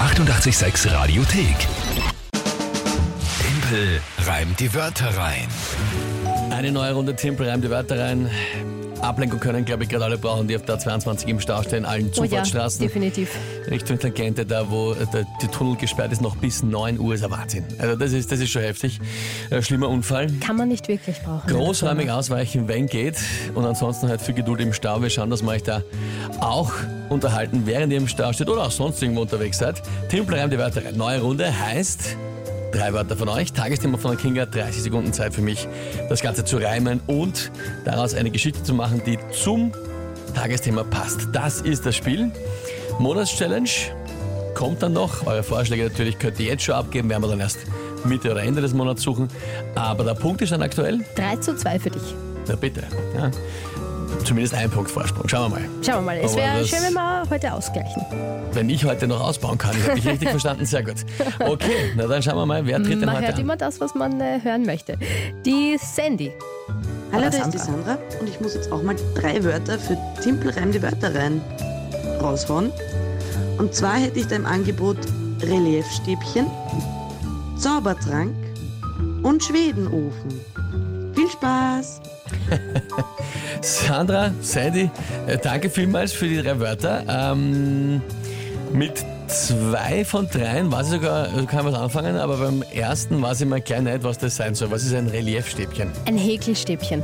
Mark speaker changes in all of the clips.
Speaker 1: 886 Radiothek. Tempel reimt die Wörter rein.
Speaker 2: Eine neue Runde Tempel reimt die Wörter rein. Ablenkung können, glaube ich, gerade alle brauchen, die auf der 22 im Stau stehen, allen
Speaker 3: Oh ja,
Speaker 2: Zufahrtsstraßen.
Speaker 3: definitiv.
Speaker 2: Richtung Tangente, da wo äh, der, der Tunnel gesperrt ist, noch bis 9 Uhr, ist ein Wahnsinn. Also das ist, das ist schon heftig. Ein schlimmer Unfall.
Speaker 3: Kann man nicht wirklich brauchen.
Speaker 2: Großräumig ausweichen, wenn geht. Und ansonsten halt viel Geduld im Stau. Wir schauen, dass wir euch da auch unterhalten, während ihr im Stau steht oder auch sonst irgendwo unterwegs seid. Timpel reimt die Wörter rein. Neue Runde heißt drei Wörter von euch. Tagesthema von der Kinga, 30 Sekunden Zeit für mich, das Ganze zu reimen und daraus eine Geschichte zu machen, die zum Tagesthema passt. Das ist das Spiel. Monatschallenge kommt dann noch. Eure Vorschläge natürlich könnt ihr jetzt schon abgeben, werden wir dann erst Mitte oder Ende des Monats suchen. Aber der Punkt ist dann aktuell.
Speaker 3: 3 zu 2 für dich.
Speaker 2: Na bitte. Ja. Zumindest ein Punkt Vorsprung. Schauen wir mal.
Speaker 3: Schauen wir mal. Es
Speaker 2: Aber
Speaker 3: wäre
Speaker 2: Oh, das-
Speaker 3: schön, wenn wir heute ausgleichen.
Speaker 2: Wenn ich heute noch ausbauen kann, ich habe dich richtig verstanden, sehr gut. Okay, na dann schauen wir mal, wer tritt denn
Speaker 3: Man
Speaker 2: heute
Speaker 3: hört
Speaker 2: an?
Speaker 3: halt immer das, was man äh, hören möchte. Die Sandy.
Speaker 4: Hallo,
Speaker 3: Oder
Speaker 4: da ist die Sandra und ich muss jetzt auch mal drei Wörter für simpel reim die Wörter rein raushauen. Und zwar hätte ich da im Angebot Reliefstäbchen, Zaubertrank und Schwedenofen. Viel Spaß!
Speaker 2: Sandra, Sandy, äh, danke vielmals für die drei Wörter. Ähm, mit zwei von dreien war sie sogar, äh, kann was anfangen, aber beim ersten war sie mal klein nicht, was das sein soll. Was ist ein Reliefstäbchen?
Speaker 3: Ein Häkelstäbchen.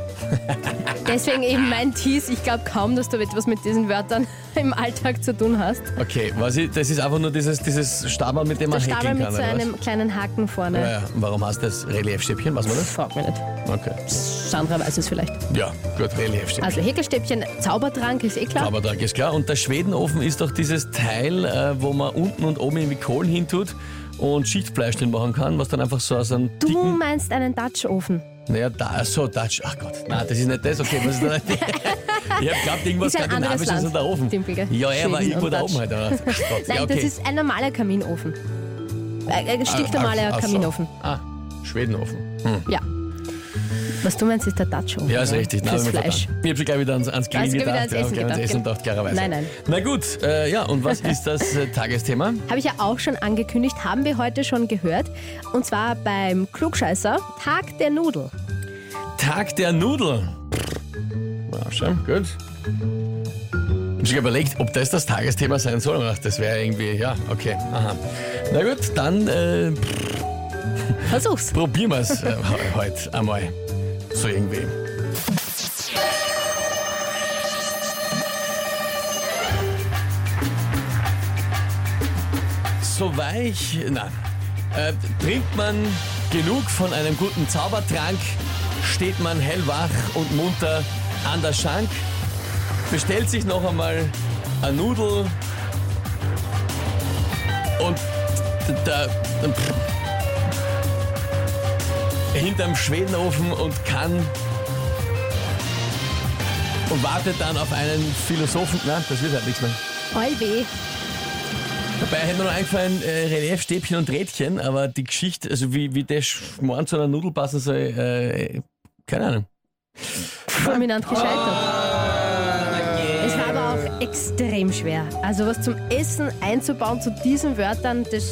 Speaker 3: Deswegen eben mein Tease. Ich glaube kaum, dass du etwas mit diesen Wörtern im Alltag zu tun hast.
Speaker 2: Okay, was ich, das ist einfach nur dieses, dieses Stabal, mit dem man
Speaker 3: Der Stabel
Speaker 2: häkeln
Speaker 3: mit
Speaker 2: kann,
Speaker 3: so
Speaker 2: oder was?
Speaker 3: einem kleinen Haken vorne.
Speaker 2: Ja, ja. Warum heißt das Reliefstäbchen? Was war das?
Speaker 3: Frag mich nicht.
Speaker 2: Okay.
Speaker 3: Sandra weiß es vielleicht.
Speaker 2: Ja, gut, Reliefstäbchen.
Speaker 3: Also Häkelstäbchen, Zaubertrank ist eh klar.
Speaker 2: Zaubertrank ist klar. Und der Schwedenofen ist doch dieses Teil, äh, wo man unten und oben irgendwie Kohlen hintut und Schichtfleisch drin machen kann, was dann einfach so aus einem
Speaker 3: du
Speaker 2: dicken...
Speaker 3: meinst einen Dutch-Ofen.
Speaker 2: Naja, da, so, Dutch. Ach Gott, nein, das ist nicht das. Okay, was ist da? ich hab glaubt, irgendwas
Speaker 3: Ist ein anderes
Speaker 2: Skandinavisches
Speaker 3: Land,
Speaker 2: und da oben.
Speaker 3: Dimplige.
Speaker 2: Ja, er war
Speaker 3: Schweden
Speaker 2: irgendwo
Speaker 3: und
Speaker 2: da
Speaker 3: Dutch.
Speaker 2: oben halt. aber- Ach Gott,
Speaker 3: Nein,
Speaker 2: ja, okay.
Speaker 3: das ist ein normaler Kaminofen. Äh, Ein stinknormaler
Speaker 2: Ah, ah, so.
Speaker 3: Kaminofen.
Speaker 2: Ah, Schwedenofen.
Speaker 3: Ja. Was du meinst, ist der Dutch-Ofen.
Speaker 2: Ja, ist richtig. Nein,
Speaker 3: Fürs
Speaker 2: hab ich mir
Speaker 3: Fleisch.
Speaker 2: vertan. Ich habe schon gleich wieder ans, ans Grillen
Speaker 3: Hast du
Speaker 2: gedacht.
Speaker 3: gleich wieder ans
Speaker 2: ja,
Speaker 3: Essen
Speaker 2: gleich ans
Speaker 3: gedacht,
Speaker 2: Essen
Speaker 3: genau.
Speaker 2: gedacht, klarerweise.
Speaker 3: Nein, nein.
Speaker 2: Na gut, äh, ja, und was ist das äh, Tagesthema?
Speaker 3: Habe ich ja auch schon angekündigt, haben wir heute schon gehört. Und zwar beim Klugscheißer Tag der Nudel.
Speaker 2: Tag der Nudel. Na, schön, gut. Ich habe überlegt, ob das das Tagesthema sein soll. Und dachte, das wäre irgendwie, ja, okay. Aha. Na gut, dann äh,
Speaker 3: Versuch's.
Speaker 2: probieren wir es äh, he- heute einmal. So irgendwie. So weich, na, äh, trinkt man genug von einem guten Zaubertrank, steht man hellwach und munter an der Schank, bestellt sich noch einmal eine Nudel und da, pff, hinterm Schwedenofen und kann und wartet dann auf einen Philosophen. Nein, das wird halt nichts mehr.
Speaker 3: Voll weh.
Speaker 2: Dabei hätte mir noch eingefallen, äh, Reliefstäbchen und Rädchen, aber die Geschichte, also wie, wie der Schmarrn zu einer Nudel passen soll, äh, keine Ahnung.
Speaker 3: Fulminant gescheitert.
Speaker 2: Ah,
Speaker 3: Es war aber auch extrem schwer. Also was zum Essen einzubauen zu diesen Wörtern, das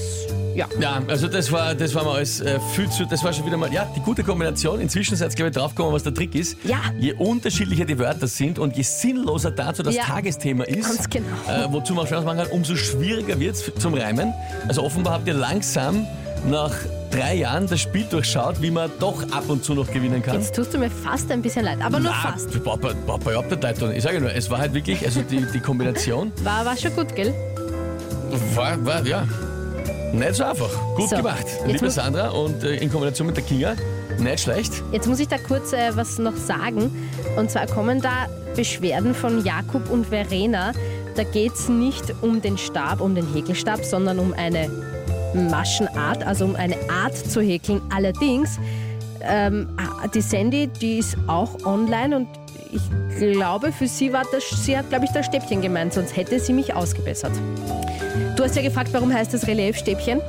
Speaker 3: ja.
Speaker 2: Ja, also das war, das war mal alles äh, viel zu, das war schon wieder mal, ja, die gute Kombination. Inzwischen seid ihr, glaube ich, draufgekommen, was der Trick ist.
Speaker 3: Ja.
Speaker 2: Je unterschiedlicher die Wörter sind und je sinnloser dazu das
Speaker 3: Ja.
Speaker 2: Tagesthema ist,
Speaker 3: Ganz genau.
Speaker 2: äh, wozu man Spaß machen kann, umso schwieriger wird es zum Reimen. Also offenbar habt ihr langsam nach drei Jahren das Spiel durchschaut, wie man doch ab und zu noch gewinnen kann.
Speaker 3: Jetzt tust du mir fast ein bisschen leid, aber nur
Speaker 2: Na,
Speaker 3: fast.
Speaker 2: Papa, Papa, ich hab nicht leid getan. Ich sage nur, es war halt wirklich, also die, die Kombination
Speaker 3: War, war schon gut, gell?
Speaker 2: war, war, ja, nicht so einfach. Gut
Speaker 3: So,
Speaker 2: gemacht,
Speaker 3: jetzt
Speaker 2: liebe
Speaker 3: muss-
Speaker 2: Sandra und äh, in Kombination mit der Kinga, nicht schlecht.
Speaker 3: Jetzt muss ich da kurz äh, was noch sagen. Und zwar kommen da Beschwerden von Jakub und Verena. Da geht es nicht um den Stab, um den Häkelstab, sondern um eine Maschenart, also um eine Art zu häkeln. Allerdings, ähm, die Sandy, die ist auch online und ich glaube, für sie war das, sie hat, glaube ich, das Stäbchen gemeint, sonst hätte sie mich ausgebessert. Du hast ja gefragt, warum heißt das Reliefstäbchen?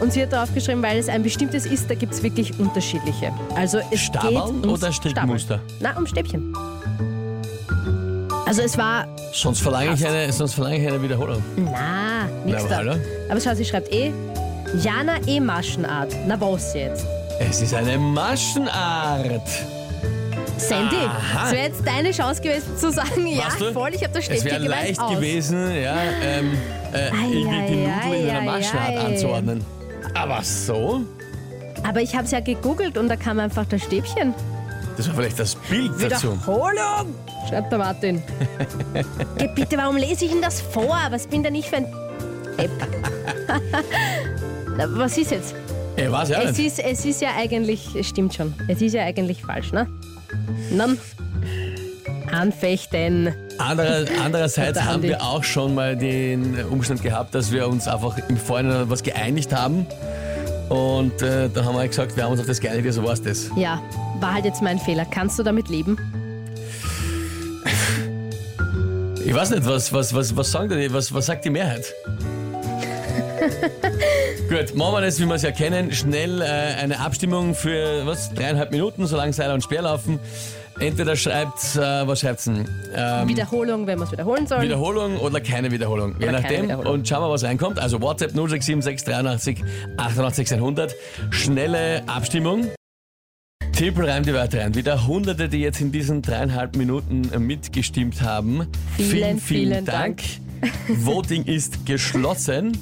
Speaker 3: Und sie hat darauf geschrieben, weil es ein bestimmtes ist, da gibt es wirklich unterschiedliche. Also es
Speaker 2: Stabeln
Speaker 3: geht ums
Speaker 2: oder Strickmuster?
Speaker 3: Stabeln. Na, um Stäbchen. Also es war,
Speaker 2: Sonst verlange ich eine, sonst verlange ich eine Wiederholung.
Speaker 3: na, nichts
Speaker 2: aber
Speaker 3: da.
Speaker 2: hallo.
Speaker 3: Aber schau, sie schreibt eh, Jana E. Maschenart. Na was jetzt?
Speaker 2: Es ist eine Maschenart.
Speaker 3: Sandy,
Speaker 2: Aha.
Speaker 3: es wäre jetzt deine Chance gewesen zu sagen, ja,
Speaker 2: Weißt du,
Speaker 3: voll, ich habe das
Speaker 2: Es wäre
Speaker 3: Städtchen
Speaker 2: leicht
Speaker 3: gemeint aus.
Speaker 2: gewesen, ja, ähm, äh, irgendwie die
Speaker 3: ei,
Speaker 2: Nudeln in
Speaker 3: ei,
Speaker 2: einer Maschenart
Speaker 3: ei.
Speaker 2: anzuordnen. Aber so?
Speaker 3: Aber ich habe es ja gegoogelt und da kam einfach das Stäbchen.
Speaker 2: Das war vielleicht das Bild dazu.
Speaker 3: Wiederholung, schreibt der Martin. Geh bitte, warum lese ich denn das vor? Was bin denn ich für ein Depp? Na, Was ist jetzt?
Speaker 2: Ey, was ja
Speaker 3: Es
Speaker 2: nicht.
Speaker 3: ist, es ist ja eigentlich, es stimmt schon, es ist ja eigentlich falsch, ne? Nun, anfechten.
Speaker 2: Anderer, andererseits
Speaker 3: Der
Speaker 2: haben
Speaker 3: Andi.
Speaker 2: wir auch schon mal den Umstand gehabt, dass wir uns einfach im Vorhinein was geeinigt haben. Und äh, dann haben wir gesagt, wir haben uns auf das geeinigt, also war es das.
Speaker 3: Ja, war halt jetzt mein Fehler. Kannst du damit leben?
Speaker 2: Mhm. Ich weiß nicht, was, was, was, was, sagen die, was, was sagt die Mehrheit? Gut, machen wir das, wie wir es ja kennen. Schnell äh, eine Abstimmung für was, dreieinhalb Minuten, solange Seiler und Speer laufen. Entweder schreibt, äh, was schreibt's denn? Ähm,
Speaker 3: Wiederholung, wenn wir es wiederholen sollen.
Speaker 2: Wiederholung oder keine Wiederholung. Je
Speaker 3: Oder keine
Speaker 2: nachdem.
Speaker 3: Wiederholung.
Speaker 2: Und schauen wir, was reinkommt. Also WhatsApp 0676 88 100. Schnelle Abstimmung. Tippel reimt die Wörter rein. Wieder Hunderte, die jetzt in diesen dreieinhalb Minuten mitgestimmt haben. vielen,
Speaker 3: Vielen, vielen
Speaker 2: Dank. Voting ist geschlossen.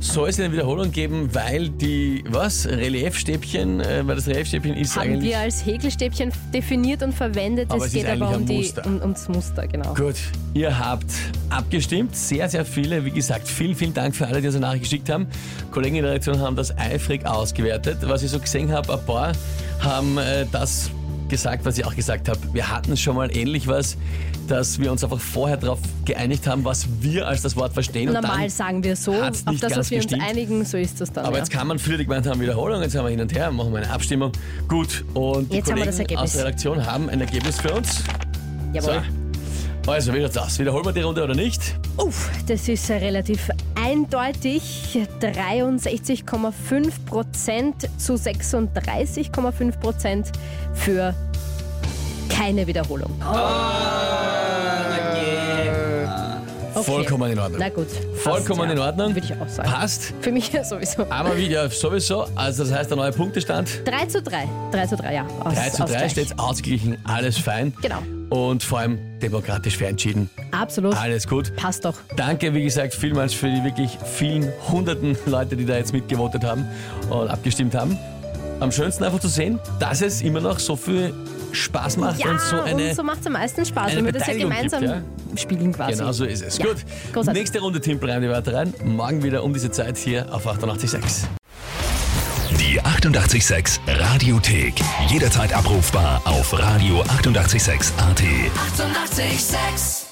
Speaker 2: Soll es eine Wiederholung geben, weil die, was, Reliefstäbchen, äh, weil das Reliefstäbchen ist
Speaker 3: haben
Speaker 2: eigentlich...
Speaker 3: wir als Häkelstäbchen definiert und verwendet.
Speaker 2: Aber
Speaker 3: es
Speaker 2: es
Speaker 3: geht
Speaker 2: ist
Speaker 3: aber
Speaker 2: eigentlich
Speaker 3: um
Speaker 2: ein
Speaker 3: die,
Speaker 2: Muster.
Speaker 3: um, ums Muster, genau.
Speaker 2: Gut, ihr habt abgestimmt. Sehr, sehr viele. Wie gesagt, vielen, vielen Dank für alle, die uns eine Nachricht geschickt haben. Kollegen in der Redaktion haben das eifrig ausgewertet. Was ich so gesehen habe, ein paar haben äh, das gesagt, was ich auch gesagt habe. Wir hatten schon mal ähnlich was, dass wir uns einfach vorher darauf geeinigt haben, was wir als das Wort verstehen. und
Speaker 3: Normal
Speaker 2: dann,
Speaker 3: sagen wir so, auf
Speaker 2: hat's
Speaker 3: das,
Speaker 2: nicht
Speaker 3: was
Speaker 2: ganz
Speaker 3: wir
Speaker 2: gestimmt.
Speaker 3: uns einigen, so ist das dann.
Speaker 2: aber
Speaker 3: ja.
Speaker 2: jetzt kann man viele, die gemeint haben, Wiederholung, jetzt haben wir hin und her, machen wir eine Abstimmung. Gut, und die
Speaker 3: Jetzt haben wir
Speaker 2: Kollegen
Speaker 3: das
Speaker 2: aus
Speaker 3: Ergebnis.
Speaker 2: der Redaktion haben ein Ergebnis für uns.
Speaker 3: Jawohl.
Speaker 2: So. Also, wie schaut's aus? Wiederholen wir die Runde oder nicht?
Speaker 3: Uff, das ist ja relativ eindeutig. 63,5 Prozent zu 36,5 Prozent für keine Wiederholung.
Speaker 2: Ah,
Speaker 3: Okay.
Speaker 2: Vollkommen in Ordnung.
Speaker 3: Na gut. passt,
Speaker 2: Vollkommen
Speaker 3: ja.
Speaker 2: in Ordnung. Ah.
Speaker 3: Würde ich auch sagen.
Speaker 2: Passt.
Speaker 3: Für mich ja sowieso.
Speaker 2: Aber wieder sowieso. Also das heißt, der neue Punktestand
Speaker 3: 3 zu 3. 3 zu 3, ja. Aus,
Speaker 2: 3 zu 3
Speaker 3: Ausgleich.
Speaker 2: steht ausgeglichen, alles fein.
Speaker 3: Genau.
Speaker 2: Und vor allem demokratisch fair entschieden.
Speaker 3: Absolut.
Speaker 2: Alles gut.
Speaker 3: Passt doch.
Speaker 2: Danke, wie gesagt, vielmals für die wirklich vielen hunderten Leute, die da jetzt mitgevotet haben und abgestimmt haben. Am schönsten einfach zu sehen, dass es immer noch so viel Spaß macht
Speaker 3: Ja,
Speaker 2: und so eine.
Speaker 3: und so macht es am meisten Spaß,
Speaker 2: eine
Speaker 3: wenn wir das ja
Speaker 2: Beteiligung gibt,
Speaker 3: gemeinsam spielen quasi.
Speaker 2: genau so ist es.
Speaker 3: Ja,
Speaker 2: Gut.
Speaker 3: großartig.
Speaker 2: Nächste Runde Timpel rein, die Wörter rein. Morgen wieder um diese Zeit hier auf 886.
Speaker 1: Die 886 Radiothek. Jederzeit abrufbar auf radio886.at. 886!
Speaker 5: 886